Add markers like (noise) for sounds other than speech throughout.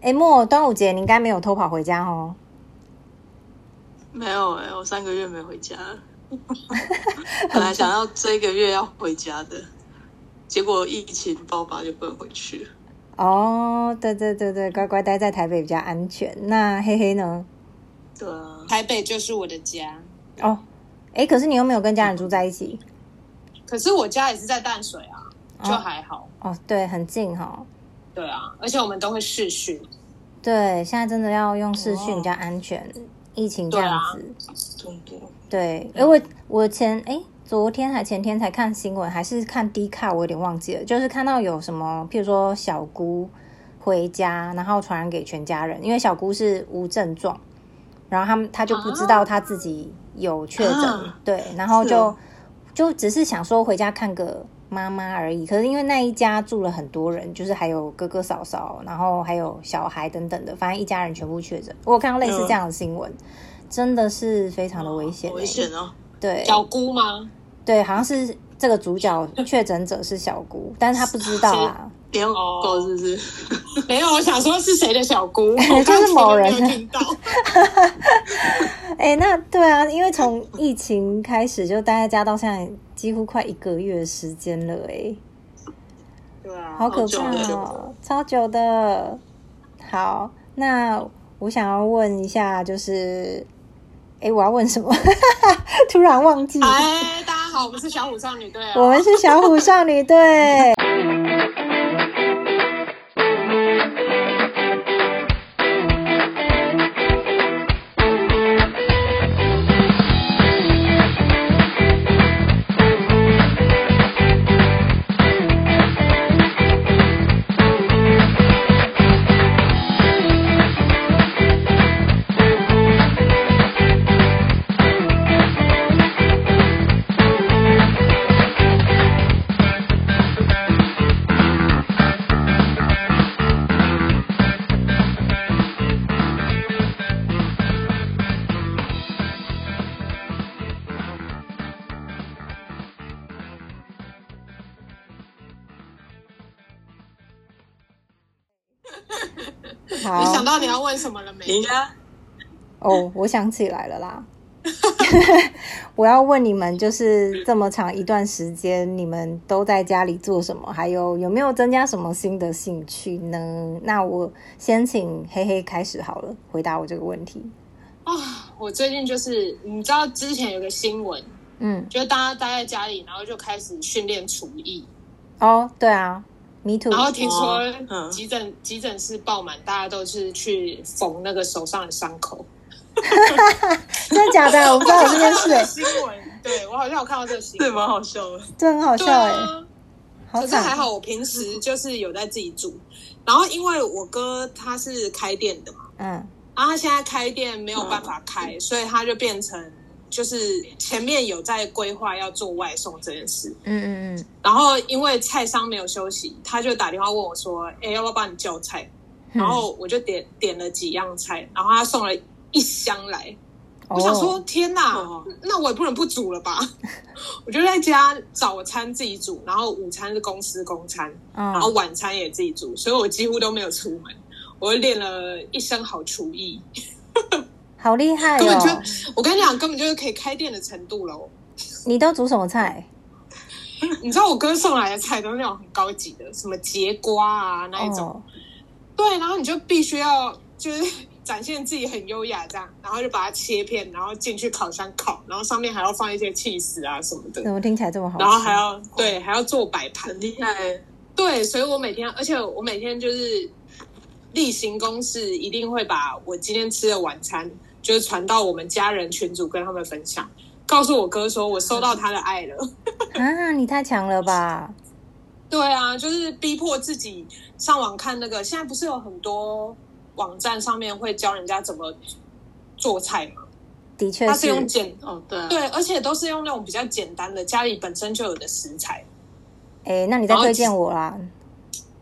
哎、莫端午节你应该没有偷跑回家哦。没有哎、我三个月没 (laughs) 回家了，本来想要这个月要回家的，结果疫情爆发就不能回去了。哦，对对对对，乖乖待在台北比较安全。那黑黑呢？对啊，台北就是我的家，哦，哎，可是你又没有跟家人住在一起。可是我家也是在淡水啊，就哦还好。哦，对，很近哈、哦。对啊，而且我们都会视讯。对，现在真的要用视讯比较安全。疫情这样子，中国对，因为我前哎、昨天还前天才看新闻，还是看 D 卡，我有点忘记了，就是看到有什么，譬如说小姑回家，然后传染给全家人，因为小姑是无症状，然后他们他就不知道他自己有确诊，啊对，然后是就、哦就只是想说回家看个妈妈而已。可是因为那一家住了很多人，就是还有哥哥嫂嫂，然后还有小孩等等的，反正一家人全部确诊。我有看到类似嗯这样的新闻，真的是非常的危险、欸，危险哦，对小姑吗？ (laughs) 对，好像是这个主 (laughs) 角确诊者是小姑，但是他不知道啊。你有狗是不是？没有，我想说是谁的小 (laughs) 姑？我就刚是某人才没有听到。哎、那对啊，因为从疫情开始就待在家到现在，几乎快一个月的时间了、哎。对啊，好可久怕了哦，超久的。好，那我想要问一下，就是，哎，我要问什么？ (laughs) 突然忘记。哎，大家好，我们是小虎少女队啊。我们是小虎少女 (laughs) 队。你好想到你要问什么了没？你应该哦，我想起来了啦。 (laughs) 我要问你们，就是这么长一段时间，你们都在家里做什么？还有有没有增加什么新的兴趣呢？那我先请黑黑开始好了，回答我这个问题。啊，我最近就是你知道之前有个新闻，嗯，就是大家待在家里，然后就开始训练厨艺，哦，对啊，Me too。然后听说哦嗯急诊、急诊室爆满，大家都是去缝那个手上的伤口。真的假的？我不知道有这件事、我好像有看欸，到这个 (laughs) 新闻，对我好像有看到这个新对，闻，蛮好笑的。这很好笑对哎、啊。好可是惨。还好，我平时就是有在自己煮，然后因为我哥他是开店的嘛，嗯，然后他现在开店没有办法开，所以他就变成就是前面有在规划要做外送这件事，嗯嗯嗯然后因为菜商没有休息，他就打电话问我说：“哎、要不要帮你叫菜？”嗯，然后我就点点了几样菜，然后他送了一箱来。我哦想说，天哪，哦那我也不能不煮了吧？我就在家早餐自己煮，然后午餐是公司公餐，然后嗯，晚餐也自己煮，所以我几乎都没有出门。我练了一身好厨艺，好厉害根本就哦！我跟你讲，根本就是可以开店的程度了哦。你都煮什么菜？ (laughs) 你知道我哥送来的菜都是那种很高级的，什么节瓜啊那一种，哦，对，然后你就必须要就是 (laughs) 展现自己很优雅这样，然后就把它切片，然后进去烤箱烤，然后上面还要放一些 cheese 啊什么的，怎么听起来这么好吃？然后还要对还要做摆盘，很厉害，对，所以我每天，而且我每天就是例行公事，一定会把我今天吃的晚餐，就是传到我们家人群组跟他们分享，告诉我哥说我收到他的爱了。 (laughs) 啊，你太强了吧！对啊，就是逼迫自己上网看那个，现在不是有很多网站上面会教人家怎么做菜吗？的确它是是，用简哦，对啊，对，而且都是用那种比较简单的家里本身就有的食材。哎、那你再然后推荐我啦。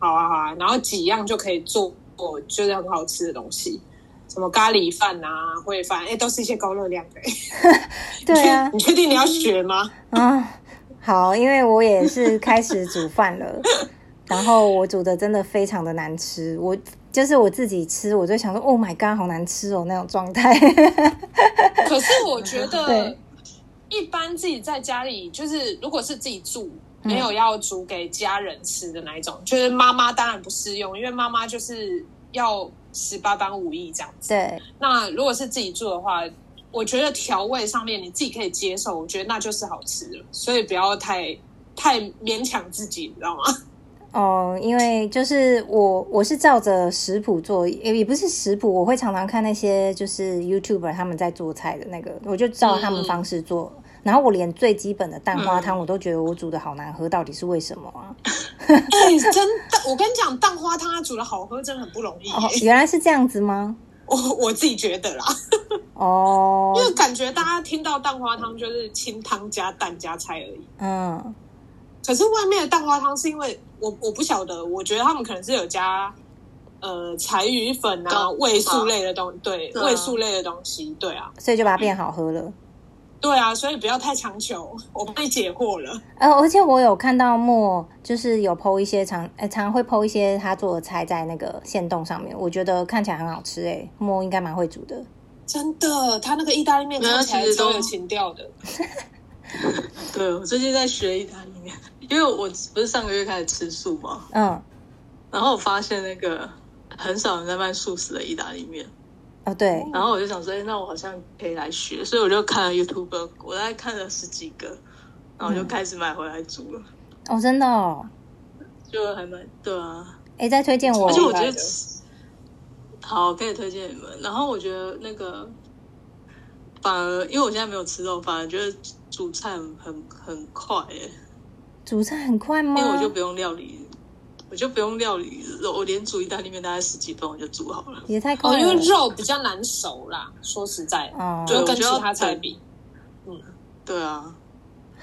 好啊，好啊，然后几样就可以做，我觉得很好吃的东西，什么咖喱饭啊、烩饭，哎，都是一些高热量的。诶对啊， (laughs) 你确定 (laughs) 你要学吗？啊，好，因为我也是开始煮饭了。 (laughs) 然后我煮的真的非常的难吃，我就是我自己吃，我就想说，Oh my god，好难吃哦那种状态。 (laughs) 可是我觉得对，一般自己在家里，就是如果是自己住，没嗯有要煮给家人吃的那一种，就是妈妈当然不适用，因为妈妈就是要十八般武艺这样子。对，那如果是自己做的话，我觉得调味上面你自己可以接受，我觉得那就是好吃了，所以不要太太勉强自己，你知道吗？哦，因为就是我我是照着食谱做，也也不是食谱，我会常常看那些就是 YouTuber 他们在做菜的那个，我就照他们嗯方式做。然后我连最基本的蛋花汤，我都觉得我煮的好难喝，到底是为什么啊？哎、真的，我跟你讲，蛋花汤它煮的好喝真的很不容易耶、 (laughs) 哦，原来是这样子吗？我我自己觉得啦，哦，因为感觉大家听到蛋花汤就是清汤加蛋加菜而已。嗯，可是外面的蛋花汤是因为我我不晓得，我觉得他们可能是有加呃柴鱼粉啊、高味素类的东对对啊味素类的东西，对啊，所以就把它变好喝了。对啊，所以不要太强求。我帮你解惑了，呃，而且我有看到莫，就是有剖一些常，呃，常会剖一些他做的菜在那个线洞上面，我觉得看起来很好吃诶、欸莫应该蛮会煮的。真的，他那个意大利面没有看起来其实超都有情调的。对，我最近在学意大利面，因为我不是上个月开始吃素嘛，嗯，然后我发现那个很少人在卖素食的意大利面，哦对，然后我就想说，哎，那我好像可以来学，所以我就看了 YouTube，我大概看了十几个，然后就开始买回来煮了，哦真的哦，就还蛮对啊，诶，再推荐我而且我觉明白得的吃好可以推荐你们，然后我觉得那个反而因为我现在没有吃肉，反而觉得煮菜很很很快耶、煮菜很快吗？因为我就不用料理，我就不用料理肉，我连煮意大利面大概十几分我就煮好了。也太快哦，因了为。肉比较难熟啦，说实在，哦对就我跟觉其得他菜比，对啊，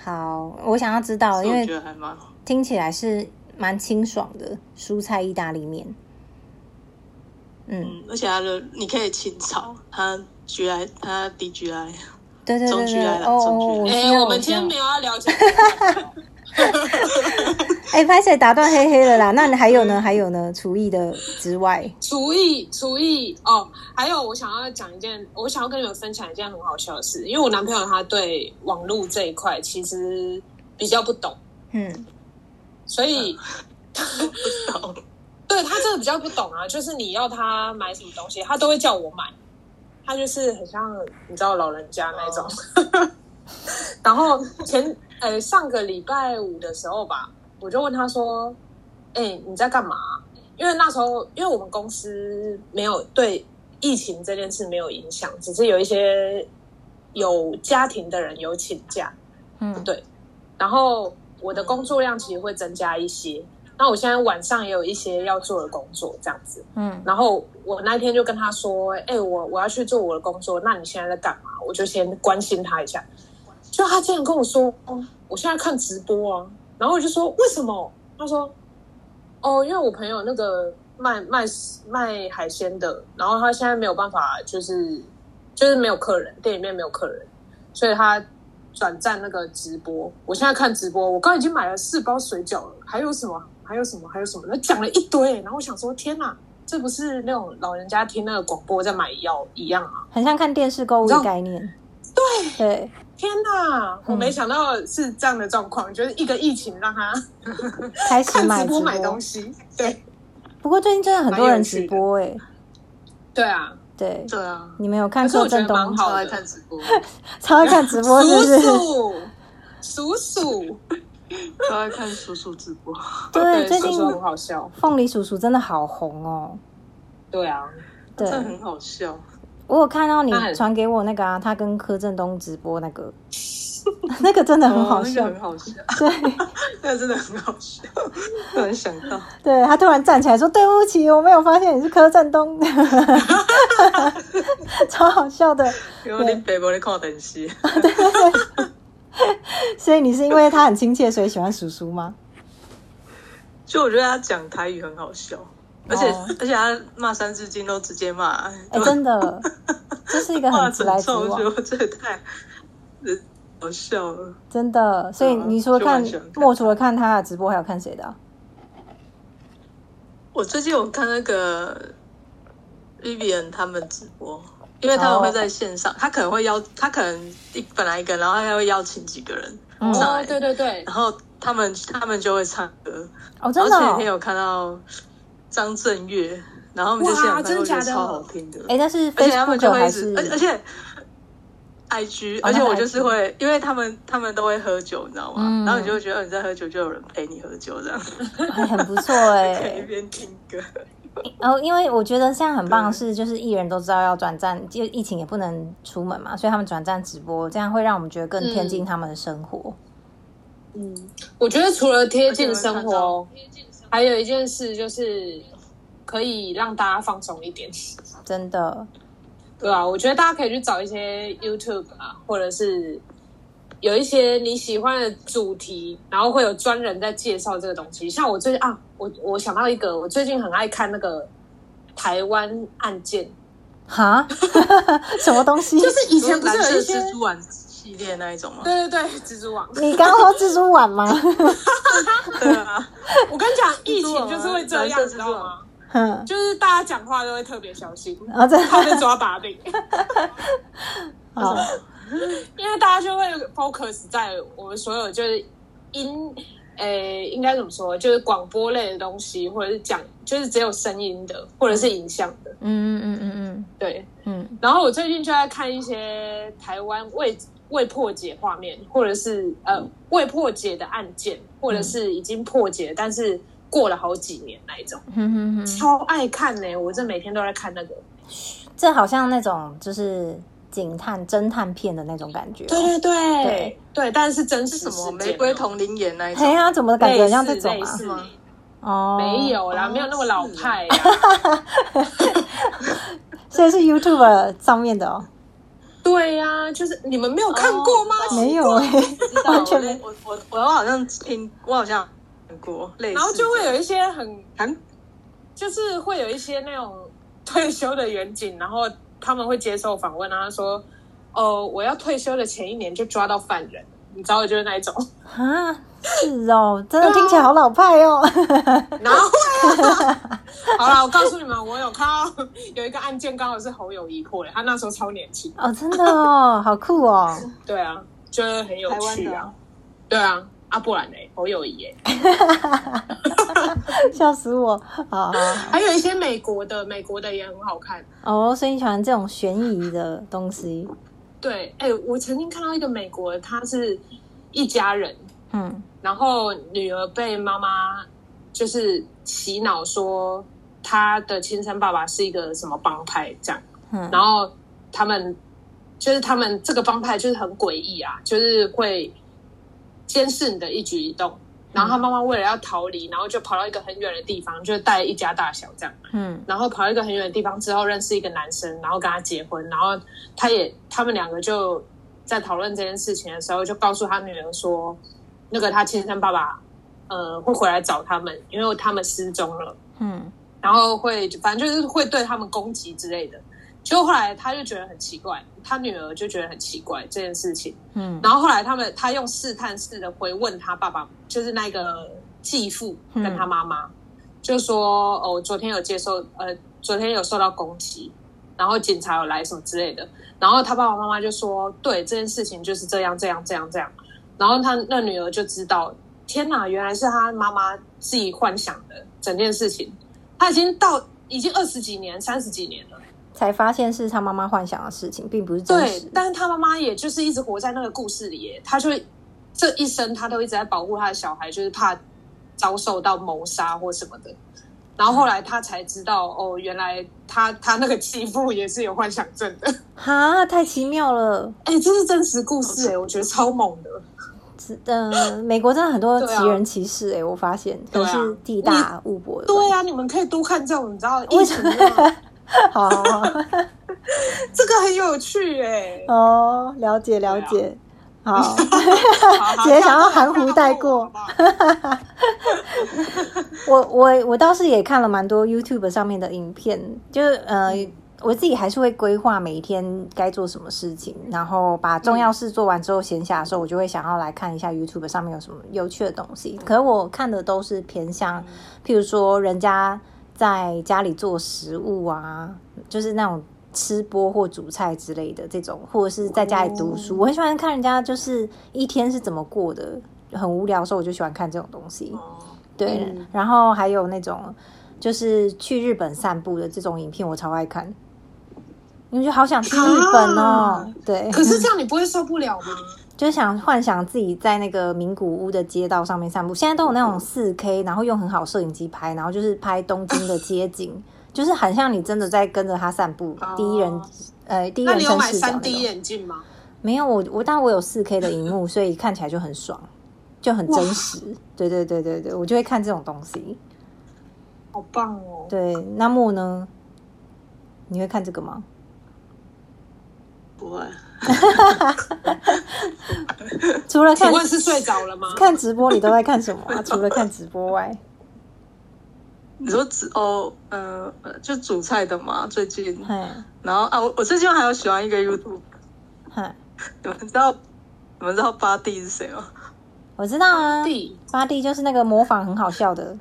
好，我想要知道，哦所以因我为觉得还蛮好。听起来是蛮清爽的蔬菜意大利面。嗯，嗯，而且它的你可以清炒，它 GI 它 DGI，对对对中对，区来哦了哦，中区来哦我知了哎、道我们知今天道没有要了 (laughs) 解这个。哎，拍谁打断黑黑了啦？那你还有呢？还有呢？厨艺的之外，厨艺，厨艺哦，还有我想要讲一件，我想要跟你们分享一件很好笑的事，因为我男朋友他对网络这一块其实比较不懂，嗯所以好对他真的比较不懂啊， (laughs) 就是你要他买什么东西，他都会叫我买，他就是很像你知道老人家那种。 (laughs) 然后前呃上个礼拜五的时候吧，我就问他说：“哎、你在干嘛？”因为那时候因为我们公司没有对疫情这件事没有影响，只是有一些有家庭的人有请假，嗯，然后我的工作量其实会增加一些。那我现在晚上也有一些要做的工作，这样子。嗯然后我那天就跟他说：“哎、我我要去做我的工作，那你现在在干嘛？”我就先关心他一下。就他竟然跟我说：“哦，我现在看直播啊。”然后我就说：“为什么？”他说：“哦，因为我朋友那个卖卖卖海鲜的，然后他现在没有办法，就是 (laughs) 就是没有客人，店里面没有客人，所以他转战那个直播。我现在看直播，我刚已经买了四包水饺了，还有什么？还有什么？还有什么？他讲了一堆，然后我想说，天哪，这不是那种老人家听那个广播在买药一样啊！很像看电视购物的你知道概念。对对，天哪，嗯我没想到是这样的状况，就是一个疫情让他开始看买直播买东东西。西。对不过最近真的很多人直播哎、对啊，对，对啊，你们有看可是我柯觉得震蛮东好超爱的。看直播， (laughs) 超爱看直播 (laughs) 是不叔是？叔，叔叔， (laughs) 哦超爱看叔叔直播。对，最叔近叔很好笑。凤梨叔叔真的好红哦。对啊，对这，很好笑。我有看到你他很传给我那个啊，他跟柯震东直播那个，那个真的很好哦那笑个。很好笑， (laughs) 对， (laughs) 那个真的很好笑，突然想到，对他突然站起来说：“对不起，我没有发现你是柯震东。”超好笑的。因为你北伯在看电视，所以你是因为他很亲切，所以喜欢叔叔吗？就我觉得他讲台语很好笑，而且、哦而且他骂三字经都直接骂，哎、真的，这是一个哇，很直整来直臭，我往觉，得这也太呃好笑了。真的。所以你除了看就蛮喜欢看莫，除了看他的直播，还有看谁的啊、我最近有看那个 Vivian 他们直播，因为他们会在线上，他可能会邀，他可能一本来一个，然后他会邀请几个人嗯上哦来，，对对对，然后他们他们就会唱歌。哦，然真后的前哦几天，有看到张震岳，然后我们就现哇场看，真我的觉假得的超好听的。哎，但是而且他们 Facebook 就会还一直是，而而且 I G，、哦而且他们我就是 IG 会，因为他们他们都会喝酒，你知道吗？嗯然后你就会觉得哦你在喝酒，就有人陪你喝酒，这样还很不错 (laughs) 可以一哎。边听歌。然后因为我觉得现在很棒的是，就是艺人都知道要转战，就疫情也不能出门嘛，所以他们转战直播，这样会让我们觉得更贴近他们的生活。嗯，我觉得除了贴近而生且我活，还有一件事就是可以让大家放松一点，真的，对啊，我觉得大家可以去找一些 YouTube 啊，或者是有一些你喜欢的主题，然后会有专人在介绍这个东西。像我最近啊，我我想到一个，我最近很爱看那个台湾案件，哈， (laughs) 什么东西？就是以前不蓝是色有一些蜘蛛网系列那一种啊吗？对对对蜘蛛网，你刚刚说蜘蛛网吗？ (laughs) 对啊， (laughs) 我跟你 (laughs) 讲，疫蛛情网啊就是会这蓝样，色你知道蜘蛛网吗？哼，就是大家讲话都会特别小心，然后这怕被抓把柄。好，因为大家就会 focus 在我们所有就是音，诶、应该怎么说，就是广播类的东西，或者是讲，就是只有声音的，或者是影像的，嗯嗯嗯嗯对。嗯然后我最近就在看一些台湾未未破解画面，或者是呃未破解的案件，或者是已经破解但是过了好几年那一种，嗯哼哼哼，超爱看呢、我这每天都在看那个。这好像那种就是警探侦探片的那种感觉、对哦。对对对对，但是真实是什事么件玫瑰哦同龄眼那一嘿种？呀、怎么感觉很像这种类啊似？类似哦，没，有啦，哦没有那么老派啦。啊 (laughs) 所以是 YouTube 上面的哦，对呀、就是你们没有看过吗？哦没有哎、知道完全没我我我我好像听，我好像看过类似的，然后就会有一些很，韩就是会有一些那种退休的远景，然后他们会接受访问，然后说，哦，我要退休的前一年就抓到犯人，你知道的就是那 (laughs) 一种。啊，是哦，真的听起来好老派哦。哪会啊？ (laughs) 好了，我告诉你们，我有看到有一个案件，刚好是侯友谊破的，他那时候超年轻。哦，真的哦，好酷哦。对啊，就是很有台湾趣的啊啊。。对啊，啊不然呢？侯友谊哎、笑死我！哦好好好还有一些美国的，美国的也很好看。哦，所以你喜欢这种悬疑的东西？对，哎、我曾经看到一个美国，他是一家人，嗯，然后女儿被妈妈就是洗脑说她的亲生爸爸是一个什么帮派这样，嗯然后他们就是他们这个帮派就是很诡异啊，就是会监视你的一举一动。然后他妈妈为了要逃离，然后就跑到一个很远的地方，就带一家大小这样。嗯然后跑到一个很远的地方之后，认识一个男生，然后跟他结婚，然后他也他们两个就在讨论这件事情的时候，就告诉他女儿说，那个他亲生爸爸呃会回来找他们，因为他们失踪了，嗯然后会反正就是会对他们攻击之类的。结果后来他就觉得很奇怪，他女儿就觉得很奇怪这件事情。嗯然后后来他们他用试探式的回问他爸爸，就是那个继父跟他妈妈，就说哦，昨天有接受呃，昨天有受到攻击，然后警察有来什么之类的。然后他爸爸妈妈就说，对这件事情就是这样这样这样这样。然后他那女儿就知道，天哪，原来是他妈妈自己幻想的整件事情。他已经到已经二十几年、三十几年了。才发现是他妈妈幻想的事情，并不是真对实，。但是他妈妈也就是一直活在那个故事里耶，他就这一生他都一直在保护他的小孩，就是怕遭受到谋杀或什么的。然后后来他才知道，哦，原来他他那个继父也是有幻想症的。哈，太奇妙了。哎，这是真实故事 (laughs) 哎，我觉得超猛的。嗯、美国真的很多对啊奇人奇事哎、我发现可能对啊是地大物博的。对啊，你们可以多看这种，你知道，为疫什情么啊好好好这个很有趣哎。 (laughs) 哦，了解了解。好，好好直接想要跳含糊带过跳过好不好 (laughs) 我我我倒是也看了蛮多 YouTube 上面的影片，就是呃。我自己还是会规划每一天该做什么事情，然后把重要事做完之后，闲暇的时候，我就会想要来看一下 YouTube 上面有什么有趣的东西。可是我看的都是偏向，譬如说人家在家里做食物啊，就是那种吃播或煮菜之类的这种，或者是在家里读书。我很喜欢看人家就是一天是怎么过的，很无聊的时候我就喜欢看这种东西。哦，对，嗯然后还有那种就是去日本散步的这种影片，我超爱看，因为就好想去日本哦。啊对，可是这样你不会受不了 (laughs) 吗？就是想幻想自己在那个名古屋的街道上面散步。现在都有那种四 K，然后用很好摄影机拍，然后就是拍东京的街景，就是很像你真的在跟着他散步，哦第一人呃第一那人你有称买视角三那 D 种。眼镜吗？没有我我，但我有四 K 的荧幕，所以看起来就很爽，就很真实。对对对对对，我就会看这种东西。好棒哦！对，那木呢？你会看这个吗？不会，除了请看问是睡着了吗？看直播，你都在看什么啊？ (laughs) 除了看直播外，你说只哦，呃，就煮菜的嘛，最近。嗨然后啊，我我最近还有喜欢一个 YouTube，嗨，你们知道你们知道巴蒂是谁吗？我知道啊，地巴蒂就是那个模仿很好笑的，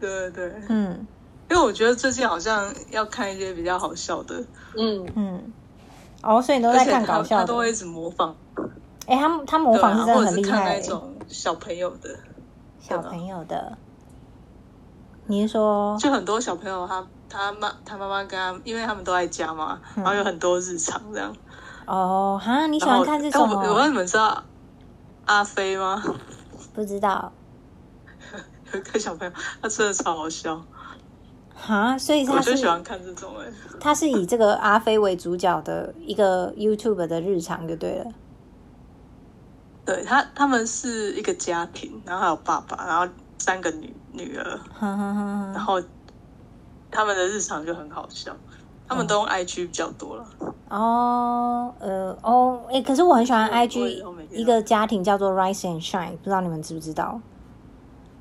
对对对，嗯因为我觉得最近好像要看一些比较好笑的，嗯，嗯。哦，所以你都而在且看搞他笑他的都。会一直模仿，哎、他他模仿是真的对啊或者很是厉看害、欸那种小朋友的，小朋友的，你是说就很多小朋友他他妈他妈妈跟他，因为他们都在家嘛，嗯然后有很多日常这样。哦哈？你喜然欢后看这哎种、我我问哦？你们知道阿飞吗？不知道有一个小朋友，他真的超好笑，哈，所以我他就是喜欢看这种哎、他是以这个阿飞为主角的一个 YouTube 的日常就对了。对他他们是一个家庭，然后还有爸爸，然后三个女女儿，哈哈哈然哈。后他们的日常就很好笑，他嗯们都用 IG 比较多了。 (laughs) 哦，呃，哦，哎、可是我很喜欢我我以 IG 后每天一个家庭叫做 Rise and Shine，不知道你们知不知道？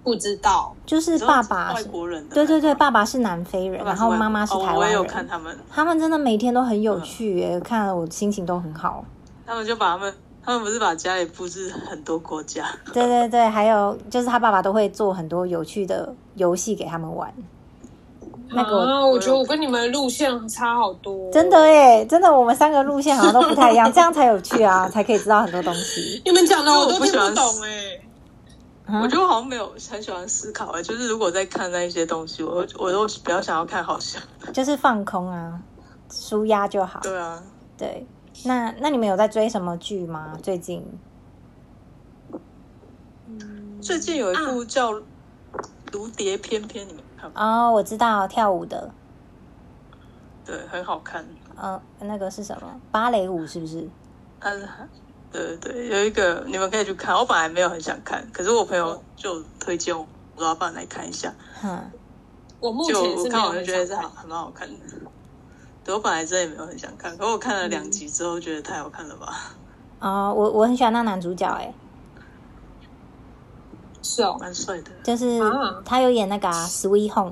不知道就是你知道爸爸外是国人的，对对对，，爸爸是南非人，爸爸然是后外国妈妈是哦台我湾也人。有看嗯他们，他们真的每天都很有趣耶，看了我心情都很好。他们就把他们，他们不是把家里布置很多国家，对对对，还有就是他爸爸都会做很多有趣的游戏给他们玩。那个我啊，我觉得我跟你们的路线差好多，真的。耶，真的我们三个路线好像都不太一样，这样才有趣啊，才可以知道很多东西。 (laughs) 你们讲的我因为都我不听喜欢懂哎、欸啊我觉得我好像没有很喜欢思考哎、就是如果在看那一些东西，我我都比较想要看好笑。就是放空啊，舒压就好。对啊，对，那那你们有在追什么剧吗？最近最近有一嗯部叫《如蝶翩翩》，你们有看吗？哦，我知道跳舞的，对，很好看。呃，那个是什么？芭蕾舞是不是？但是对对对，有一个你们可以去看。我本来没有很想看，可是我朋哦友就推荐我，我要不然来看一下。哼，我目就前我是没看有我就很觉得是想看好，还蛮好看的。对，我本来真的也没有很想看，可我看了两集之后，觉得太好看了吧，哦，我我很喜欢那男主角、欸，是哦，蛮帅的。就是啊他有演那个、啊《Sweet Home》，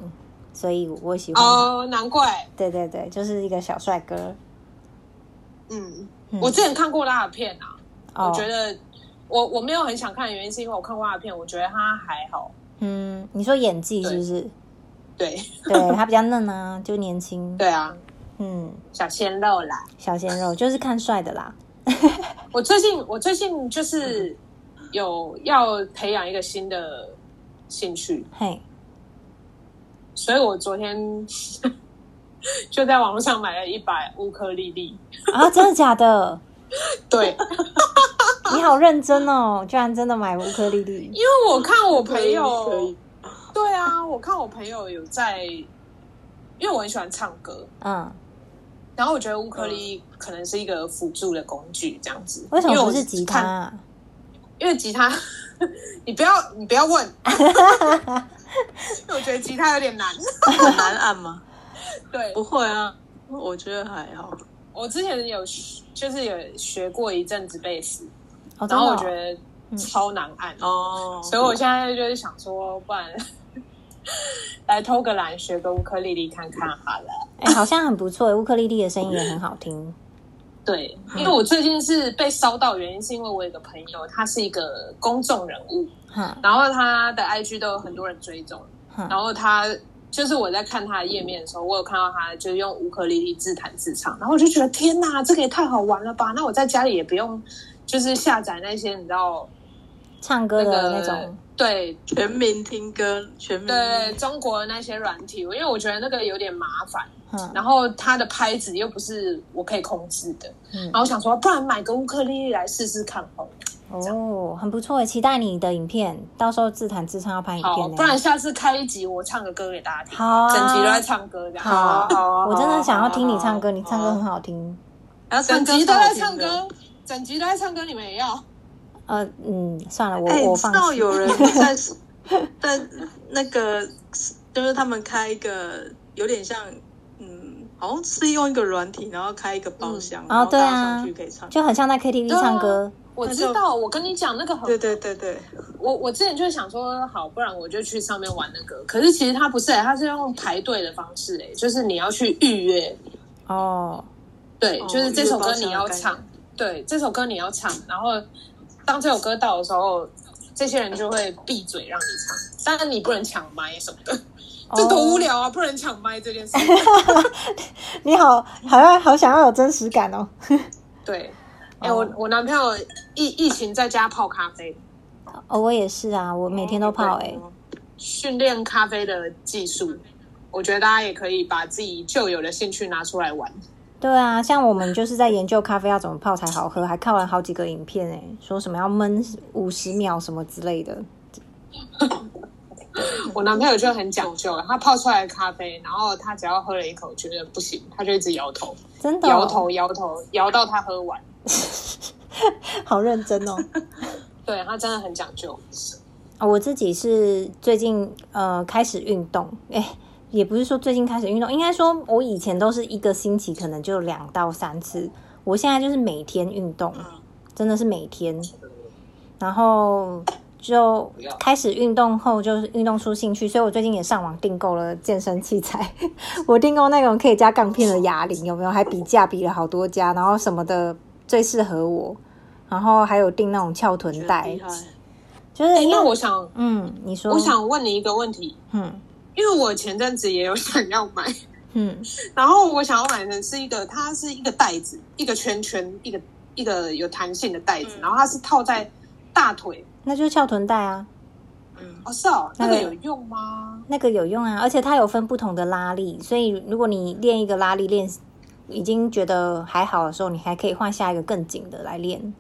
所以我喜欢他。哦，难怪，对对对，就是一个小帅哥。嗯，嗯我之前看过他的片啊，哦我觉得我我没有很想看的原因是因为我看过他的片，我觉得他还好，嗯，你说演技是不是？对嗯对他比较嫩啊，就年轻。对啊，嗯，小鲜肉啦。小鲜肉就是看帅的啦。我最近我最近就是嗯有要培养一个新的兴趣，嘿，所以我昨天 (laughs) 就在网络上买了一把乌克丽 (laughs) 丽。啊，真的假 (laughs) 的？对，你好认真哦，居然真的买乌克丽丽。因为我看我朋可以友，，对啊，我看我朋友有在，因为我很喜欢唱歌，嗯，然后我觉得乌克嗯丽丽可能是一个辅助的工具，这样子。为什因么我不是吉他、看？啊？因为吉他， (laughs) 你不要你不 (laughs) 要问，因为我觉得吉他有点难。很难按吗？对，不会啊，我觉得还好。我之前有学就是有学过一阵子贝斯，哦，真然后我觉的哦、得超难按，哦，所以我现在就是想说，不然 (laughs) 来偷个懒，学个乌克丽丽看看好了。哎、好像很不错，乌克丽丽的声音也很好 (laughs) 听。对，因为我最近是被烧到，原因是因为我有一个朋友，他是一个公众人物，哈然后他的 IG 都有很多人追踪，哈然后他就是我在看他的页面的时候，我有看到他就是用乌克丽丽自弹自唱，然后我就觉得天哪，这个也太好玩了吧！那我在家里也不用就是下载那些你知道唱歌那的个那种，对全民听歌，全民对中国的那些软体，因为我觉得那个有点麻烦。嗯然后它的拍子又不是我可以控制的，嗯然后我想说，不然买个乌克丽丽来试试看好了，哦，很不错耶，期待你的影片，到时候自弹自唱要拍影好，片呢。欸哦不然下次开一集我唱个歌给大家听，好啊整集都在唱歌这样。好啊好啊我真的想要听你唱歌，好啊你唱歌很好听。然后整唱歌集都超好在唱听的歌，整集都在唱歌，你们也要？呃，嗯，算了，我、哎，我你知放道弃。有人 (laughs) 在在那个，就是他们开一个有点像，嗯，好像是用一个软体，然后开一个包厢，然哦，后对大家上啊去可以唱，。就很像在 KTV 对啊唱歌。我知道，我跟你讲那个很对对对对，我我之前就想说，好，不然我就去上面玩那个。可是其实它不是、欸，它是用排队的方式、欸，就是你要去预约，啊哦，对，哦就是这首歌你预要约包厢的概唱，对，这首歌你要唱。然后当这首歌到的时候，这些人就会闭嘴让你唱，当然你不能抢麦什么的，这多哦无聊啊！不能抢麦这件事， (laughs) 你好，好像好想要有真实感哦。对。哎、哦我我男朋友疫疫情在家泡咖啡，哦，我也是啊，我每哦天都泡哎、训练咖啡的技术，我觉得大家也可以把自己旧有的兴趣拿出来玩。对啊，像我们就是在研究咖啡要怎么泡才好喝，还看完好几个影片哎、说什么要焖五十秒什么之类的。嗯我男朋友就很讲究，他泡出来的咖啡，然后他只要喝了一口觉得不行，他就一直摇头，真的、哦，摇头，摇头，摇到他喝完。好认真哦。对他真的很讲究，啊我自己是最近呃开始运动，哎、也不是说最近开始运动，应该说我以前都是一个星期可能就两到三次，我现在就是每天运动，真的是每天，然后就开始运动后就是运动出兴趣，所以我最近也上网订购了健身器材， (laughs) 我订购那种可以加杠片的哑铃，有没有？还比价比了好多家，然后什么的最适合我，然后还有订那种翘臀觉得带厉，害。就是哎、因为那我想，嗯，你说，我想问你一个问题，嗯因为我前阵子也有 (laughs) 想要买，嗯然后我想要买的是一个，它是一个袋子，一个圈圈，一个一个有弹性的袋子，嗯然后它是套在大腿。，那就是翘臀带啊，嗯，哦，是哦，那个那个有用吗？那个有用啊，而且它有分不同的拉力，所以如果你练一个拉力练已经觉得还好的时候，你还可以换下一个更紧的来练。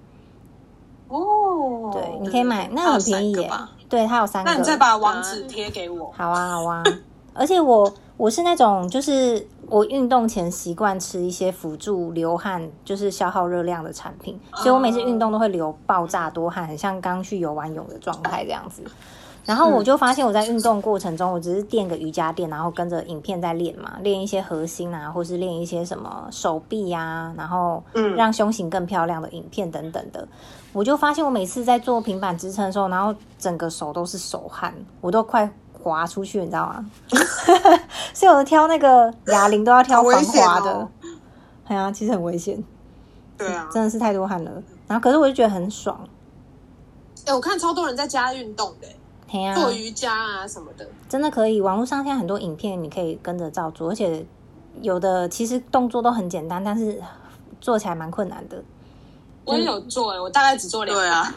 哦，对，你可以买，那很便宜耶还有三个吧。对，它有三个。那你再把网址贴给我。好啊，好啊。 (laughs) 而且我我是那种，就是我运动前习惯吃一些辅助流汗，就是消耗热量的产品，所以我每次运动都会流爆炸多汗，很像刚去游完泳的状态这样子。然后我就发现我在运动过程中，我只是垫个瑜伽垫，然后跟着影片在练嘛，练一些核心啊，或是练一些什么手臂呀、啊，然后嗯让胸型更漂亮的影片等等的。我就发现我每次在做平板支撑的时候，然后整个手都是手汗，我都快滑出去，你知道吗？所以我挑那个哑铃都要挑防滑的好危险哦，哎呀、其实很危险，嗯对啊，真的是太多汗了。然后可是我就觉得很爽，哎、我看超多人在家运动的、哎呀、做瑜伽啊什么的。真的可以。网络上现在很多影片，你可以跟着照做，而且有的其实动作都很简单，但是做起来蛮困难的。我嗯也有做、欸，我大概只做两对啊，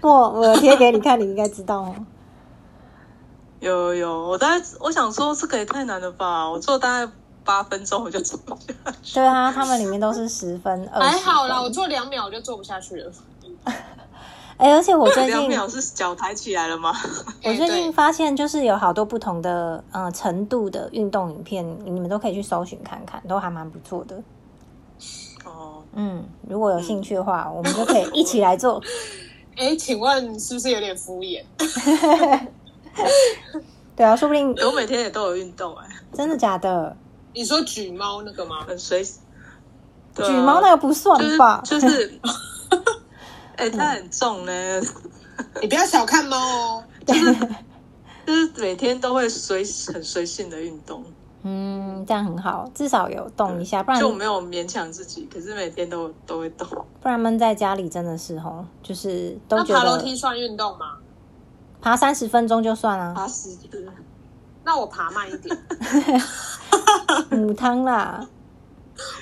不，我贴给你看，你应该知道哦。有有，我大概我想说这个也太难了吧，我做大概八分钟我就做不下去。对啊，他们里面都是十分啊二还十。好啦，我做两秒我就做不下去了。哎、而且我最 (laughs) 两近秒是脚抬起来了吗？我哎最对近发现，就是有好多不同的呃程度的运动影片，你们都可以去搜寻看看，都还蛮不错的。哦，嗯，如果有兴趣的话，我们就可以一起来做。嗯哎、请问是不是有点敷衍？ (laughs) 对啊，说不定我每天也都有运动哎、真的假的？你说举猫那个吗？很随时。对啊举猫那个不算吧？就是就是， (laughs) 哎、它很重欸呢， (laughs) 你不要小看猫哦。就是每天都会随很随性的运动，嗯，这样很好，至少有动一下，不然就我没有勉强自己，可是每天都都会动。不然闷在家里真的是吼，就是都那觉爬楼得梯算运动吗？爬三十分钟就算了、啊。八十，那我爬慢一点。 (laughs) 母汤啦，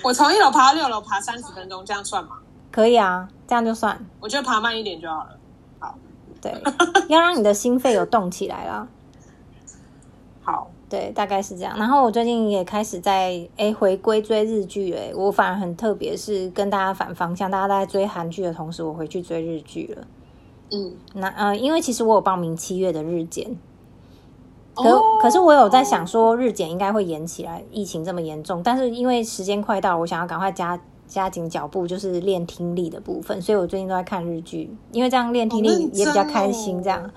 我从一楼爬到六楼，爬三十分钟，这样算吗？可以啊，这样就算。我觉得爬慢一点就好了。 (laughs) 对，要让你的心肺有动起来啦。好，对，大概是这样。然后我最近也开始在哎回归追日剧，哎，我反而很特别，是跟大家反方向，大家都在追韩剧的同时，我回去追日剧了。嗯，那呃，因为其实我有报名七月的日检，可、哦可是我有在想说日检应该会延起来，疫情这么严重，但是因为时间快到，我想要赶快加加紧脚步，就是练听力的部分，所以我最近都在看日剧，因为这样练听力好认哦真也比较开心。这样，哦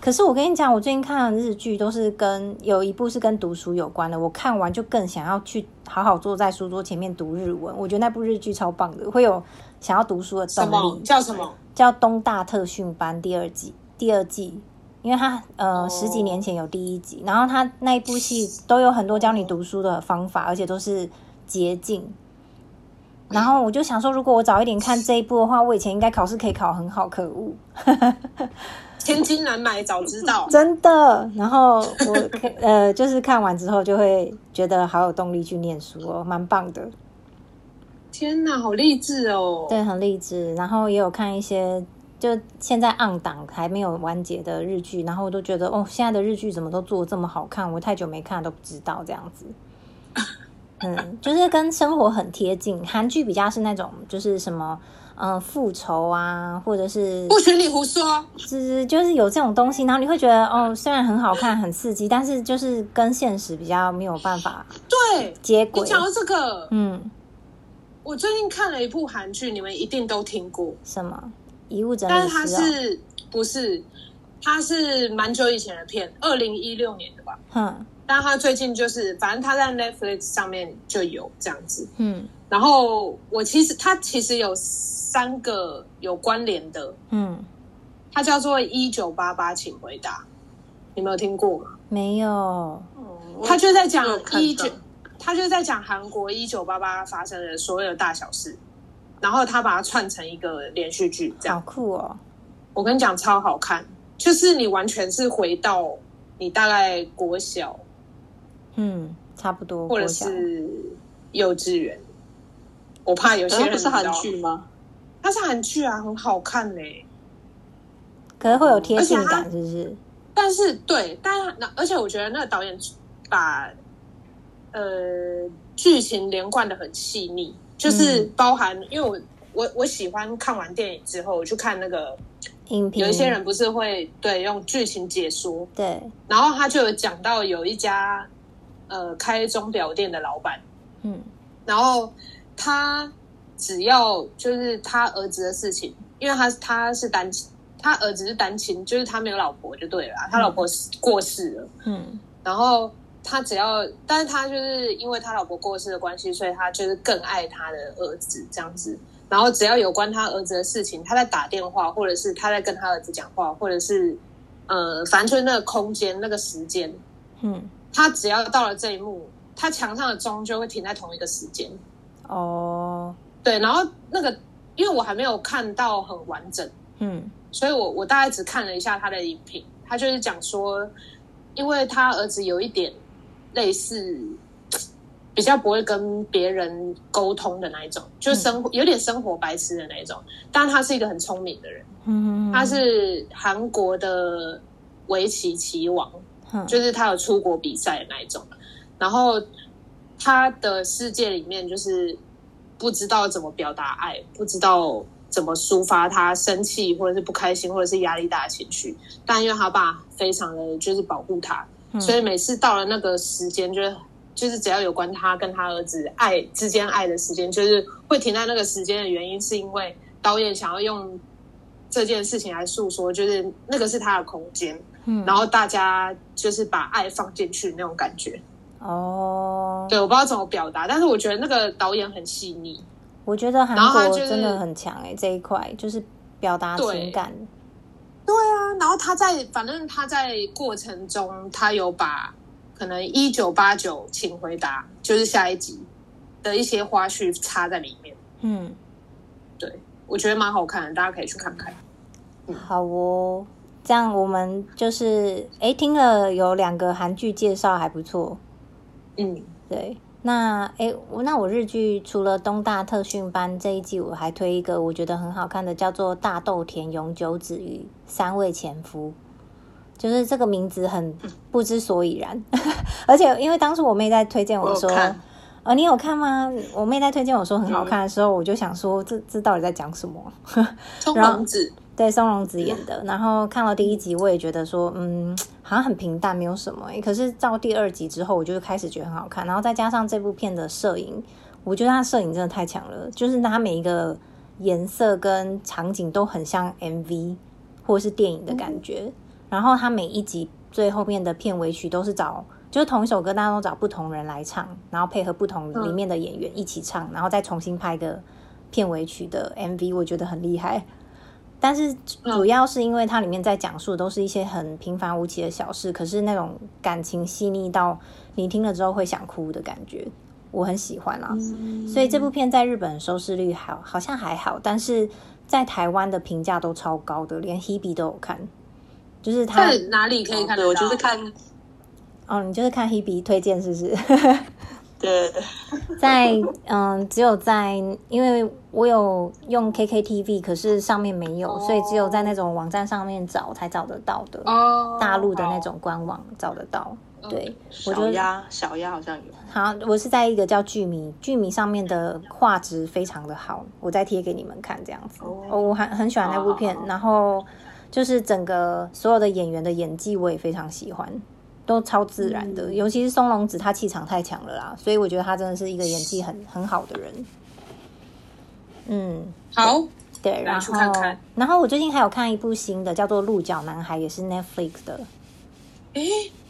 可是我跟你讲，我最近看的日剧都是跟有一部是跟读书有关的，我看完就更想要去好好坐在书桌前面读日文，我觉得那部日剧超棒的，会有想要读书的什动么力。叫什么？叫《东大特训班》第二季，第二季，因为它呃、哦十几年前有第一集，然后它那一部戏都有很多教你读书的方法，而且都是捷径。然后我就想说，如果我早一点看这一部的话，我以前应该考试可以考很好，可恶，千金难买早知道。 (laughs) 真的。然后我看呃，就是看完之后就会觉得好有动力去念书哦，蛮棒的。天哪，好励志哦！对，很励志。然后也有看一些，就现在暗档还没有完结的日剧，然后我都觉得哦，现在的日剧怎么都做得这么好看，我太久没看都不知道这样 (laughs) 子。嗯，就是跟生活很贴近。韩剧比较是那种，就是什么，嗯、复仇啊，或者是不许你胡说。是就是有这种东西，然后你会觉得哦，虽然很好看、很刺激，但是就是跟现实比较没有办法对，接你轨。讲到这个，嗯，我最近看了一部韩剧，你们一定都听过，什么遗物整但理是它师、哦？是不是？它是蛮久以前的片，二零一六年的吧。哼，但它最近就是，反正它在 Netflix 上面就有这样子。嗯然后我其实它其实有三个有关联的，嗯，它叫做《一九八八，请回答》，你没有听过吗？没有。哦他就在讲我有看到一九，他就在讲韩国一九八八发生的所有大小事，然后他把它串成一个连续剧，这好样酷哦！我跟你讲超好看，就是你完全是回到你大概国小嗯，差不多。或者国小是幼稚园，我怕有可些是它不是人你知韩道剧吗？它是韩剧啊，很好看呢、可是会有贴近而且感，是不是？但是对，但那而且我觉得那个导演把呃剧情连贯的很细腻，就是嗯包含、因为我我我喜欢看完电影之后，我去看那个影嗯评有一些人不是会对用剧情解说，对，然后他就有讲到有一家呃开钟表店的老板，嗯然后他只要就是他儿子的事情，因为他他是单亲，他儿子是单亲，就是他没有老婆就对了啊、他老婆死过世了，嗯然后他只要，但是他就是因为他老婆过世的关系，所以他就是更爱他的儿子这样子。然后只要有关他儿子的事情，他在打电话，或者是他在跟他儿子讲话，或者是呃，反正就是那个空间、那个时间，嗯，他只要到了这一幕，他墙上的钟就会停在同一个时间。哦，对，然后那个因为我还没有看到很完整，嗯所以我我大概只看了一下他的影评，他就是讲说，因为他儿子有一点类似，比较不会跟别人沟通的那一种，就生活、有点生活白痴的那一种，但他是一个很聪明的人，嗯，他是韩国的围棋棋王，哼就是他有出国比赛的那一种，然后他的世界里面就是不知道怎么表达爱，不知道怎么抒发他生气或者是不开心或者是压力大的情绪，但因为他爸非常的就是保护他，嗯所以每次到了那个时间就是。就是只要有关他跟他儿子爱之间爱的时间，就是会停在那个时间的原因，是因为导演想要用这件事情来诉说，就是那个是他的空间，嗯然后大家就是把爱放进去那种感觉。哦，对，我不知道怎么表达，但是我觉得那个导演很细腻。我觉得韩然后他国就是真的很强哎，这一块就是表达对情感，对啊，然后他在反正他在过程中，他有把可能一九八九请回答就是下一集的一些花絮插在里面，嗯，对我觉得蛮好看的，大家可以去看看。好哦。这样我们就是诶听了有两个韩剧介绍还不错，嗯，对。那诶，我那我日剧除了东大特训班这一季，我还推一个我觉得很好看的，叫做《大豆田永久子与三位前夫》，就是这个名字很嗯不知所以然， (laughs) 而且因为当时我妹在推荐我我有说，看，嗯哦，你有看吗？我妹在推荐我说很好看的时候，我就想说这这到底在讲什么？啊松然后隆子，对，松隆子演的。然后看到第一集，我也觉得说，嗯，好像很平淡，没有什么欸、可是到第二集之后，我就开始觉得很好看。然后再加上这部片的摄影，我觉得它摄影真的太强了，就是它每一个颜色跟场景都很像 MV 或是电影的感觉。然后它每一集最后面的片尾曲都是找。就是同一首歌，大家都找不同人来唱，然后配合不同里面的演员一起唱，然后再重新拍一个片尾曲的 MV，我觉得很厉害。但是主要是因为它里面在讲述都是一些很平凡无奇的小事，可是那种感情细腻到你听了之后会想哭的感觉，我很喜欢啊。所以这部片在日本收视率好好像还好，但是在台湾的评价都超高的，连 Hebe 都有看。就是他在哪里可以看得对到？我就是看，哦，你就是看 Hebe 推荐是不是？ (laughs) 对，在嗯，只有在因为我有用 KKTV，可是上面没有，所以只有在那种网站上面找才找得到的。哦，大陆的那种官网找得到。好，对，我觉小得鸭小鸭好像 (laughs) 有，好，我是在一个叫剧迷，剧迷上面的画质非常的好，我再贴给你们看这样子。哦哦，我很很喜欢那部片好好，好然后就是整个所有的演员的演技我也非常喜欢，都超自然嗯的，尤其是松隆子，她气场太强了啦，所以我觉得她真的是一个演技很很好的人。嗯，好，对，然来后去看看然后我最近还有看一部新的，叫做《鹿角男孩》，也是 Netflix 的。诶，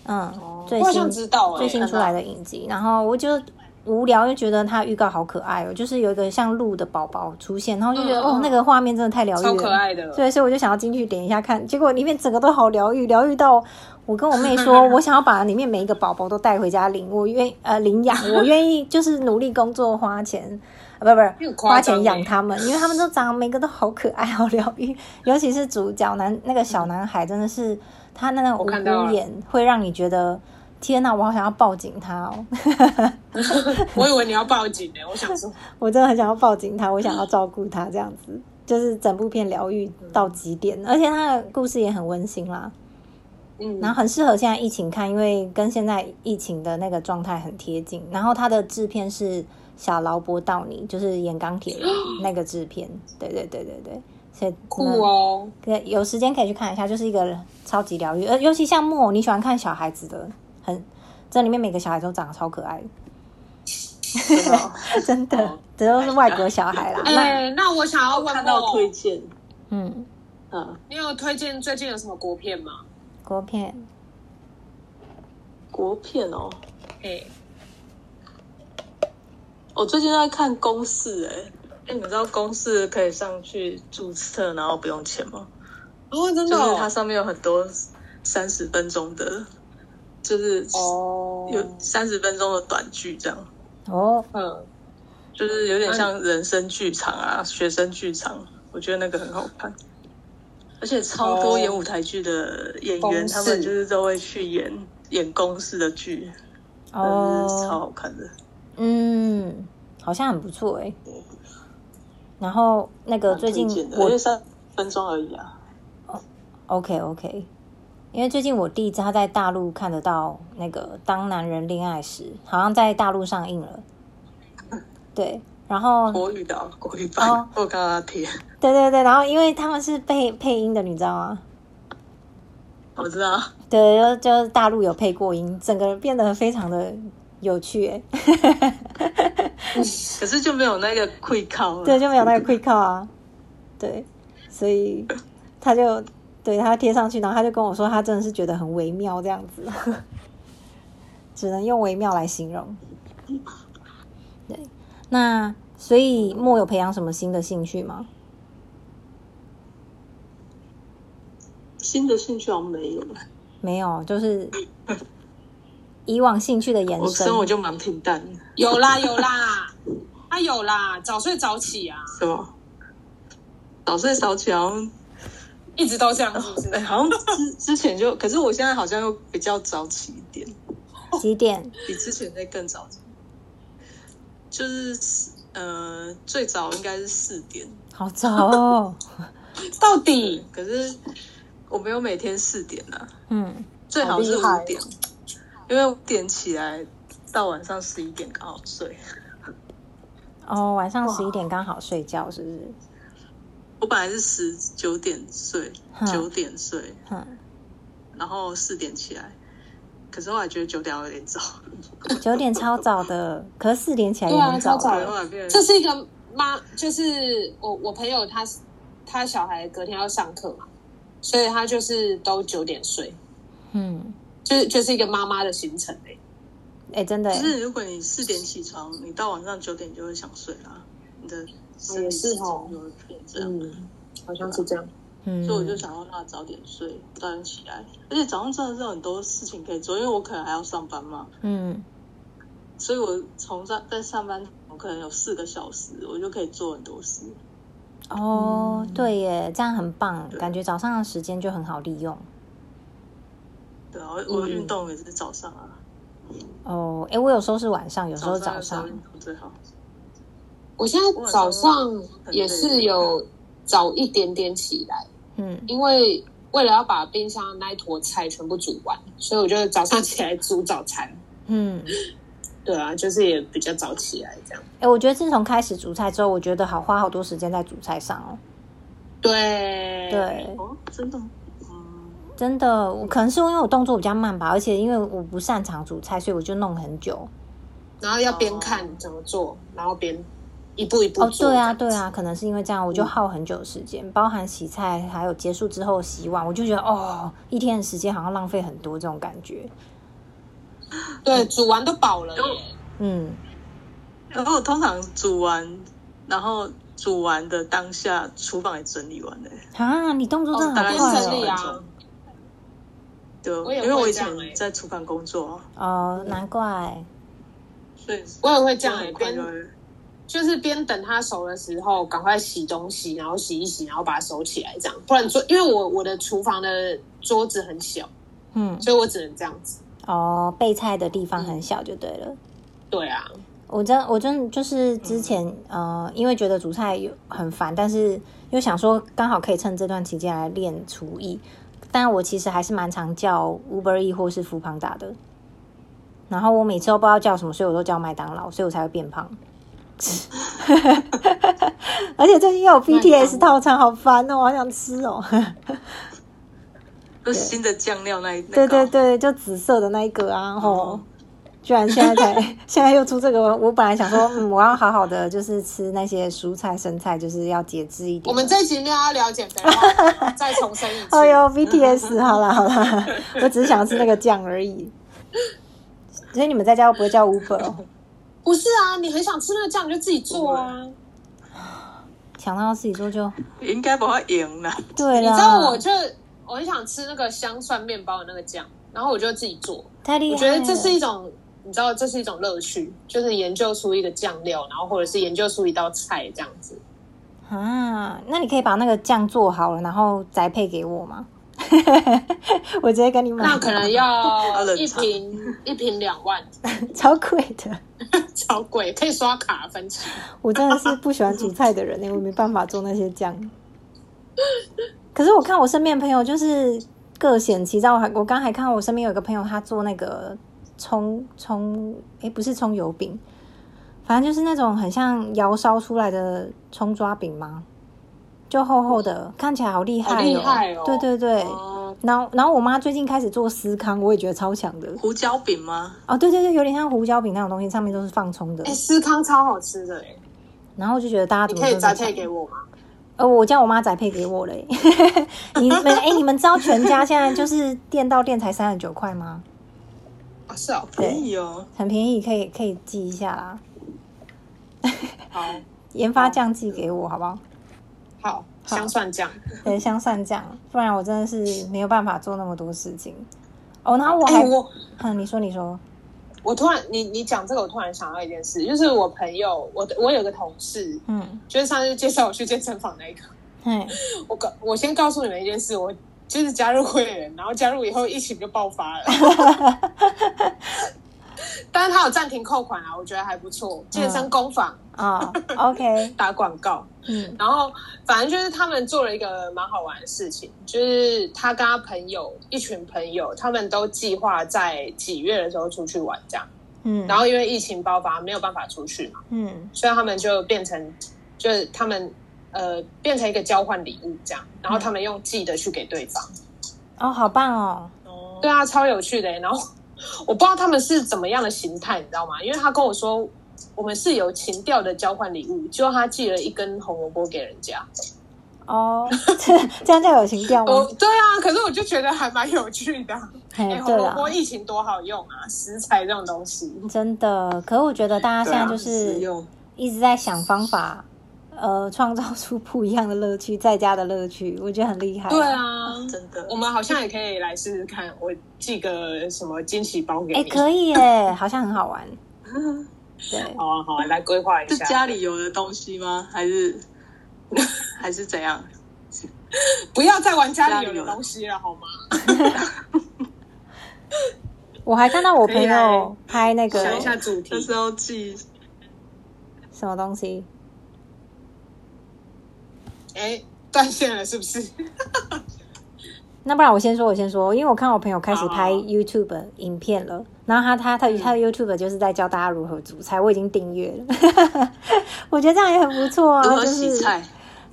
哦嗯，最我好新像知道，诶欸最新出来的影集，然后我就无聊，又觉得它预告好可爱哦，就是有一个像鹿的宝宝出现，然后就觉得、嗯哦嗯，那个画面真的太疗愈了，超可爱的对，所以我就想要进去点一下看，结果里面整个都好疗愈，疗愈到我跟我妹 (laughs) 说，我想要把里面每一个宝宝都带回家领，我愿呃领养，我愿意就是努力工作花钱。啊，不不你很是，夸张花钱养欸他们，因为他们都长得每个都好可爱，好疗 (laughs) 愈。尤其是主角男那个小男孩，真的是他那种我无看到辜了眼，会让你觉得天哪、我好想要报警他哦！ (laughs) 我以为你要报警欸呢，我想说，我真的很想要抱紧他，我想要照顾他，这样子就是整部片疗愈到极点，而且他的故事也很温馨啦，嗯，然后很适合现在疫情看，因为跟现在疫情的那个状态很贴近。然后他的制片是小劳勃道尼，就是演钢铁人那个制片，对对对对对，所以酷哦，可以有时间可以去看一下，就是一个超级疗愈，呃，尤其像木偶，你喜欢看小孩子的，很这里面每个小孩都长得超可爱， (laughs) 真的哦真的哦，这都是外国小孩 (laughs) 啦。那哎，那我想要问看到莫，推荐，嗯，嗯，你有推荐最近有什么国片吗？国片国片哦，哎，我最近在看公式、哎，哎，你们知道公式可以上去注册，然后不用钱吗？哦，真就的是哦，它上面有很多三十分钟的，就是哦，有三十分钟的短剧，这样哦，嗯，就是有嗯点像人生剧场啊、学生剧场，我觉得那个很好看。而且超多哦演舞台剧的演员，公式他们就是都会去演演公式的剧，哦，就是超好看的。嗯，好像很不错哎、然后那个蛮最近推荐的我因为三分钟而已啊。 OK OK，因为最近我弟他在大陆看得到那个《当男人恋爱时》，好像在大陆上映了。嗯对，然后国语的啊、国语版，哦我刚刚贴，对对对，然后因为他们是配配音的，你知道吗？我知道。对，就就是大陆有配过音，整个人变得非常的有趣、 (laughs) 欸，可是就没有那个会靠了。对，就没有那个 quick call 啊，对，所以他就对他贴上去，然后他就跟我说，他真的是觉得很微妙这样子， (laughs) 只能用微妙来形容。对，那所以莫有培养什么新的兴趣吗？新的兴趣好像没有了，没有， (laughs) 就是以往兴趣的延我伸生。活就蛮平淡的。有啦有啦，他啊有啦，早睡早起啊，什么？早睡早起好像一直都这样，是不是？哎， (laughs) 好像之之前就，可是我现在好像又比较早起一点，几点？比之前在更早起。就是呃，最早应该是四点，好早哦。到底可是我没有每天四点啊， (laughs) 嗯，最好是好厉害五点，因为五点起来到晚上十一点刚好睡。哦，晚上哇十一点刚好睡觉，是不是？我本来是十九点睡，嗯九点睡，嗯，然后四点起来，可是后来觉得九点有点早，九点超早的，可是四点起来也对啊很早超早啊。后来变成这是一个妈，就是我我朋友他他小孩隔天要上课嘛，所以他就是都九点睡，嗯，就是就是一个妈妈的行程哎、哎、真的就耶，是如果你四点起床，你到晚上九点就会想睡啦，你的哦生理时钟就会变这样。嗯，好像是这样。嗯，所以我就想要让他早点睡，早点起来，而且早上真的是有很多事情可以做，因为我可能还要上班嘛，嗯，所以我从在在上班，我可能有四个小时，我就可以做很多事。哦，嗯对耶，这样很棒，对感觉早上的时间就很好利用。对啊，我我嗯运动也是早上啊，哦，哎、我有时候是晚上，有时候早早上上要运，动最好。我现在早上也是有早一点点起来，嗯，因为为了要把冰箱的那一坨菜全部煮完，所以我就早上 (laughs) 起来煮早餐。嗯，对啊，就是也比较早起来这样。哎、我觉得自从开始煮菜之后，我觉得好花好多时间在煮菜上哦。对，对，哦，真的，嗯，真的，我可能是因为我动作比较慢吧，而且因为我不擅长煮菜，所以我就弄很久。然后要边看怎么做，然后边一步一步哦，做。对啊，这样对子嗯啊，可能是因为这样，我就耗很久的时间，包含洗菜，还有结束之后洗碗，我就觉得哦，一天的时间好像浪费很多这种感觉。对，煮完都饱了耶。嗯，然后我通常煮完，然后煮完的当下，厨房也整理完了、啊，你动作真的好大概哦是快整理哦。啊对，我也因为我会以这样前欸在厨房工作啊，哦，难怪。所以我也会这样我耶，很快边就会就是边等它熟的时候，赶快洗东西，然后洗一洗，然后把它收起来，这样。不然桌，因为我我的厨房的桌子很小，嗯，所以我只能这样子。哦，备菜的地嗯方很小就对了。对啊，我真我真就是之前、呃，因为觉得煮菜有很烦，但是又想说刚好可以趁这段期间来练厨艺，但我其实还是蛮常叫 Uber E 或是福胖达的。然后我每次都不知道叫什么，所以我都叫麦当劳，所以我才会变胖。而且最近又有 BTS 套餐，好烦哦，我好想吃哦。就是新的酱料那一对对，那个对，就紫色的那一个啊，吼哦！居然现在才 (laughs) 现在又出这个，我我本来想 (laughs) 说，嗯，我要好好的就是吃那些蔬菜生菜，就是要节制一点。我们这一集没有要聊减肥话题，再重申一次。哎呦，BTS，好 (laughs) 啦好啦，我只是想吃那个酱而已。所以你们在家又不会叫 Uber，、哦、不是啊，你很想吃那个酱，你就自己做啊。想到自己做就应该把它赢了。对你了。知道，我就我很想吃那个香蒜面包的那个酱，然后我就自己做。太厉我害觉了，得这是一种，你知道，这是一种乐趣，就是研究出一个酱料，然后或者是研究出一道菜这样子。啊，那你可以把那个酱做好了，然后宅配给我吗？ (laughs) 我直接跟你买，那可能要要冷一藏瓶一瓶两万，超贵的。超贵，可以刷卡分期。我真的是不喜欢煮菜的人呢、我没办法做那些酱。可是我看我身边的朋友就是各显其招，我还我刚还看到我身边有一个朋友，他做那个葱葱，诶，不是葱油饼，反正就是那种很像窑烧出来的葱抓饼吗？就厚厚的，看起来好厉害、哦，好厉害哦对对对。哦，然后，然后我妈最近开始做司康，我也觉得超强的胡椒饼吗？哦，对对对，有点像胡椒饼那种东西，上面都是放葱的哎、。思康超好吃的哎、然后我就觉得大家啊怎你么可以这么宅配强给我吗？呃，我叫我妈宅配给我嘞。 (laughs) 你们哎、你们知道全家现在就是店到店才三十九块吗？啊，是哦，可以哦，很便宜，可以可以寄一下啦。好研发酱寄给我好不好？好香蒜酱，对，香蒜酱，不然我真的是没有办法做那么多事情。哦，然后我哎、还，我嗯，你说你说，我突然你你讲这个，我突然想到一件事，就是我朋友，我我有个同事，嗯，就是上次介绍我去健身房那一个，嘿，我告我先告诉你们一件事，我就是加入会员，然后加入以后疫情就爆发了。 (laughs) 但是他有暂停扣款啊，我觉得还不错。健身工坊啊、o k 打广告，嗯然后反正就是他们做了一个蛮好玩的事情，就是他跟他朋友一群朋友，他们都计划在几月的时候出去玩这样。嗯，然后因为疫情爆发，没有办法出去嘛，嗯所以他们就变成就是他们呃变成一个交换礼物这样，然后他们用寄的去给对方。哦，好棒哦，哦，对啊，超有趣的欸。然后我不知道他们是怎么样的形态，你知道吗？因为他跟我说我们是有情调的交换礼物，结果他寄了一根红萝卜给人家。哦， (laughs) 这这样叫有情调哦吗？，对啊，可是我就觉得还蛮有趣的啊。嘿哎、，红嗯对萝了，卜疫情多好用啊，食材这种东西。真的。可是我觉得大家现在就啊实是用，一直在想方法，呃，创造出不一样的乐趣，在家的乐趣，我觉得很厉害。对，啊，真的我，们好像也可以来试试看，我寄个什么惊喜包给哎，你。可以耶，好像很好玩。嗯对，好啊，好啊，来规划一是下。家里有的东西吗？还是还是怎样？不要再玩家里家有里有的的东西了，好吗？我还看到我朋可以来友拍那个想一下主题那。时候寄什么东西，哎、断线了是不是？那不然我先说，我先说，因为我看我朋友开始拍好 YouTube 影片了，然后他他他嗯他的 YouTube 就是在教大家如何煮菜，我已经订阅了， (laughs) 我觉得这样也很不错啊，如何就洗是菜，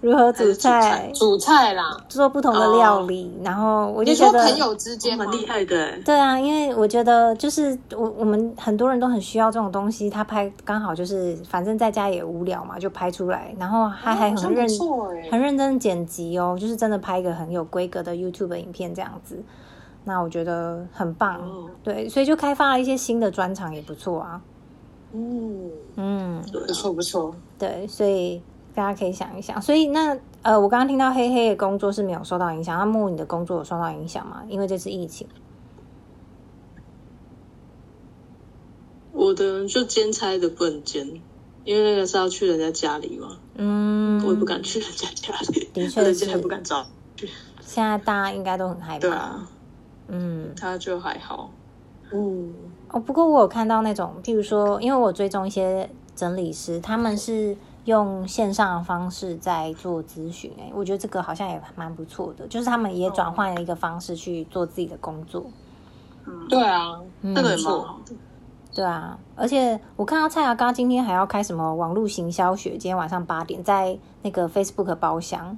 如何煮还菜，煮菜啦。做不同的料理，然后我就你觉说得朋友之间吗蛮厉害的欸。对啊，因为我觉得就是我我们很多人都很需要这种东西，他拍刚好就是反正在家也无聊嘛，就拍出来，然后他还很认、哦好像不错欸哎、很认真地剪辑哦，就是真的拍一个很有规格的 YouTube 影片这样子。那我觉得很棒，哦对，所以就开发了一些新的专场也不错啊。嗯，嗯，对不啊，错不错。对，所以大家可以想一想。所以那呃，我刚刚听到黑黑的工作是没有受到影响，那木你的工作有受到影响吗？因为这次疫情。我的就兼差的不能兼，因为那个是要去人家家里嘛，嗯，我也不敢去人家家里，的确而是且还不敢找。现在大家应该都很害怕。对啊，嗯，他就还好，嗯，哦，不过我有看到那种，譬如说，因为我追踪一些整理师，他们是用线上的方式在做咨询、欸，我觉得这个好像也蛮不错的，就是他们也转换了一个方式去做自己的工作。哦嗯，对啊，嗯那个也没蛮错好的。对啊，而且我看到蔡阿刚今天还要开什么网络行销学，今天晚上八点在那个 Facebook 包厢，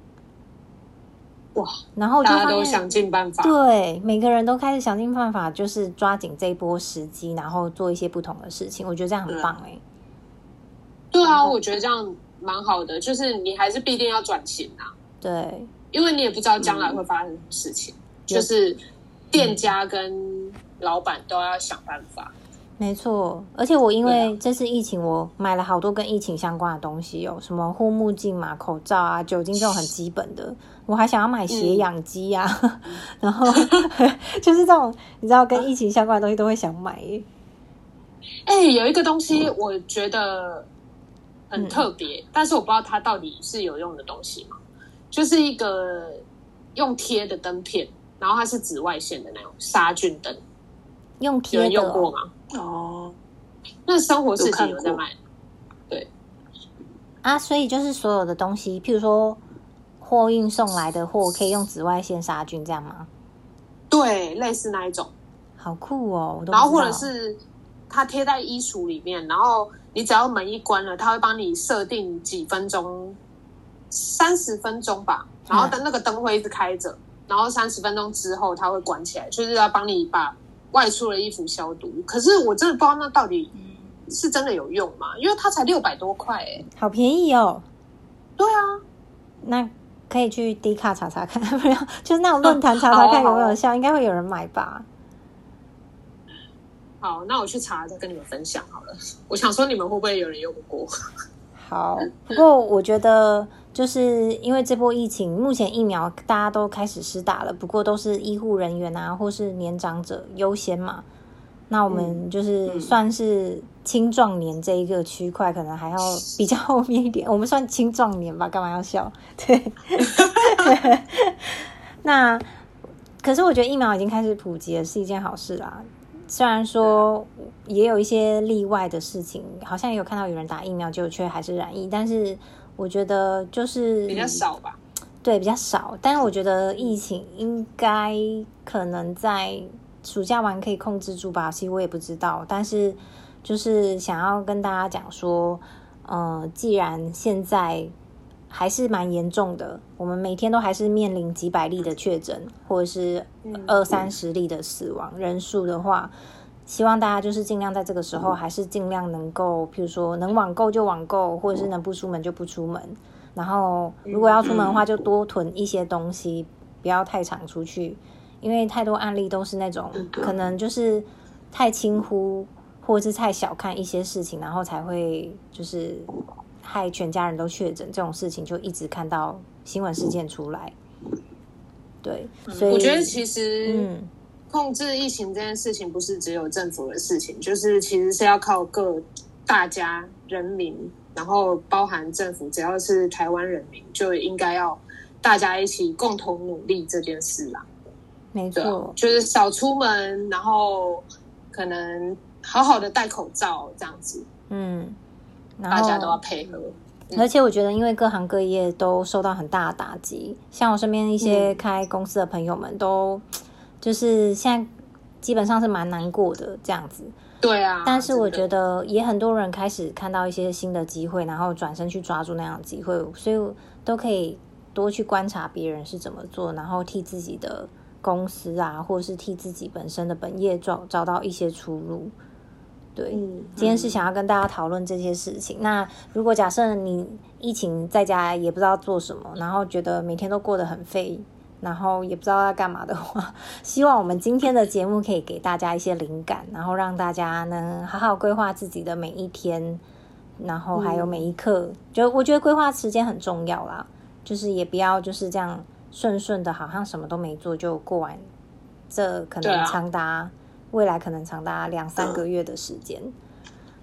哇，然后我就大家发都现想尽办法。对，每个人都开始想尽办法，就是抓紧这一波时机，然后做一些不同的事情。我觉得这样很啊棒哎、对啊，我觉得这样蛮好的，就是你还是必定要转型啊，对，因为你也不知道将来嗯会发生什么事情，就是店家跟老板都要想办法。没错。而且我因对啊为这次疫情，我买了好多跟疫情相关的东西哦，什么护目镜嘛、口罩啊、酒精这种很基本的。我还想要买嗯血氧机啊， (laughs) 然后就是这种你知道跟疫情相关的东西都会想买欸耶。哎、有一个东西我觉得很特别，但是我不知道它到底是有用的东西吗？就是一个用贴的灯片，然后它是紫外线的那种杀菌灯，用有贴人的用过哦、吗？哦，那生活市有集有看过在卖，啊，所以就是所有的东西，譬如说货运送来的货，可以用紫外线杀菌，这样吗？对，类似那一种。好酷哦！我都不知道然后或者是它贴在衣橱里面，然后你只要门一关了，它会帮你设定几分钟，三十分钟吧。然嗯后灯那个灯会一直开着，然后三十分钟之后它会关起来，就是要帮你把外出的衣服消毒。可是我真的不知道那到底嗯是真的有用吗？因为它才六百多块哎、好便宜哦。对啊，那可以去 D 卡查查看， (laughs) 没有，就是那种论坛查查啊看有没有效，应该会有人买吧？好，那我去查再跟你们分享好了。我想说你们会不会有人用过？好，不过我觉得就是因为这波疫情，目前疫苗大家都开始施打了，不过都是医护人员啊，或是年长者优先嘛。那我嗯们就是算是青壮年这一个区块，可能还要比较后面一点。 (laughs) 我们算青壮年吧，干嘛要笑？ (laughs) 对。 (laughs) 那可是我觉得疫苗已经开始普及了，是一件好事啦。虽然说也有一些例外的事情，好像也有看到有人打疫苗就却还是染疫，但是我觉得就是比较少吧。对，比较少。但是我觉得疫情应该可能在暑假完可以控制住吧，其实我也不知道。但是就是想要跟大家讲说，呃，既然现在还是蛮严重的，我们每天都还是面临几百例的确诊，或者是二三十例的死亡人数的话，希望大家就是尽量在这个时候还是尽量能够，譬如说能网购就网购，或者是能不出门就不出门。然后，如果要出门的话，就多囤一些东西，不要太常出去，因为太多案例都是那种嗯可能就是太轻忽或者是太小看一些事情，然后才会就是害全家人都确诊这种事情，就一直看到新闻事件出来。对，所以嗯我觉得其实，嗯控制疫情这件事情不是只有政府的事情，就是其实是要靠各大家人民，然后包含政府，只要是台湾人民，就应该要大家一起共同努力这件事啦。没对啊错，，就是少出门，然后可能好好的戴口罩这样子，嗯，然大后家都要配合。而且我觉得，因为各行各业都受到很大的打击，像我身边一嗯些开公司的朋友们都，就是现在基本上是蛮难过的这样子。对啊，但是我觉得得，也很多人开始看到一些新的机会，然后转身去抓住那样的机会，所以都可以多去观察别人是怎么做，然后替自己的公司啊，或者是替自己本身的本业找找到一些出路。对，嗯今天是想要跟大家讨论这些事情。那如果假设你疫情在家也不知道做什么，然后觉得每天都过得很废，然后也不知道要干嘛的话， (laughs) 希望我们今天的节目可以给大家一些灵感，然后让大家能好好规划自己的每一天，然后还有每一刻。就我觉得规划时间很重要啦，就是也不要就是这样顺顺的，好像什么都没做就过完，这可对能啊长达、未来可能长达两三个月的时间。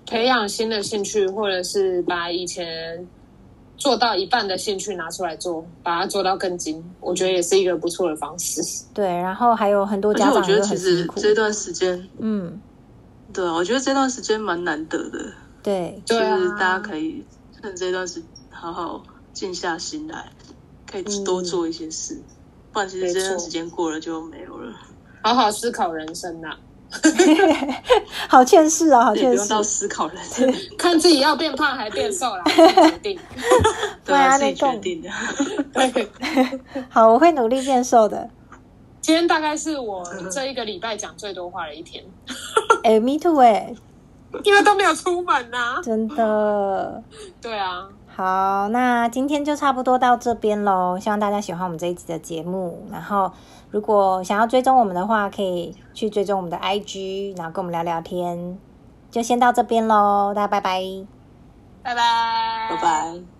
培养新的兴趣，或者是把以前做到一半的兴趣拿出来做，把它做到更精，我觉得也是一个不错的方式。 (laughs) 对，然后还有很多而且家我长觉就得其很实辛苦。这段时间，嗯，对啊，我觉得这段时间蛮难得的， (laughs) 对， (laughs) 对啊就是大家可以趁这段时好好静下心来，可以嗯多做一些事，不然其没实错这段时间过了就没有了，好好思考人生啊呐、好劝世哦，好也不劝用到世。思考人生，看自己要变胖还变 (laughs) 瘦啦，自己决定。对对啊啊，自己那决种定的。 (laughs) 对，好，我会努力变瘦的。今天大概是我这一个礼拜讲最多话的一天，哎、m e too，哎、 (laughs) 因为都没有出门啊呐、真的。对啊，好，那今天就差不多到这边喽。希望大家喜欢我们这一集的节目。然后，如果想要追踪我们的话，可以去追踪我们的 IG，然后跟我们聊聊天。就先到这边喽，大家拜拜。拜拜，拜拜。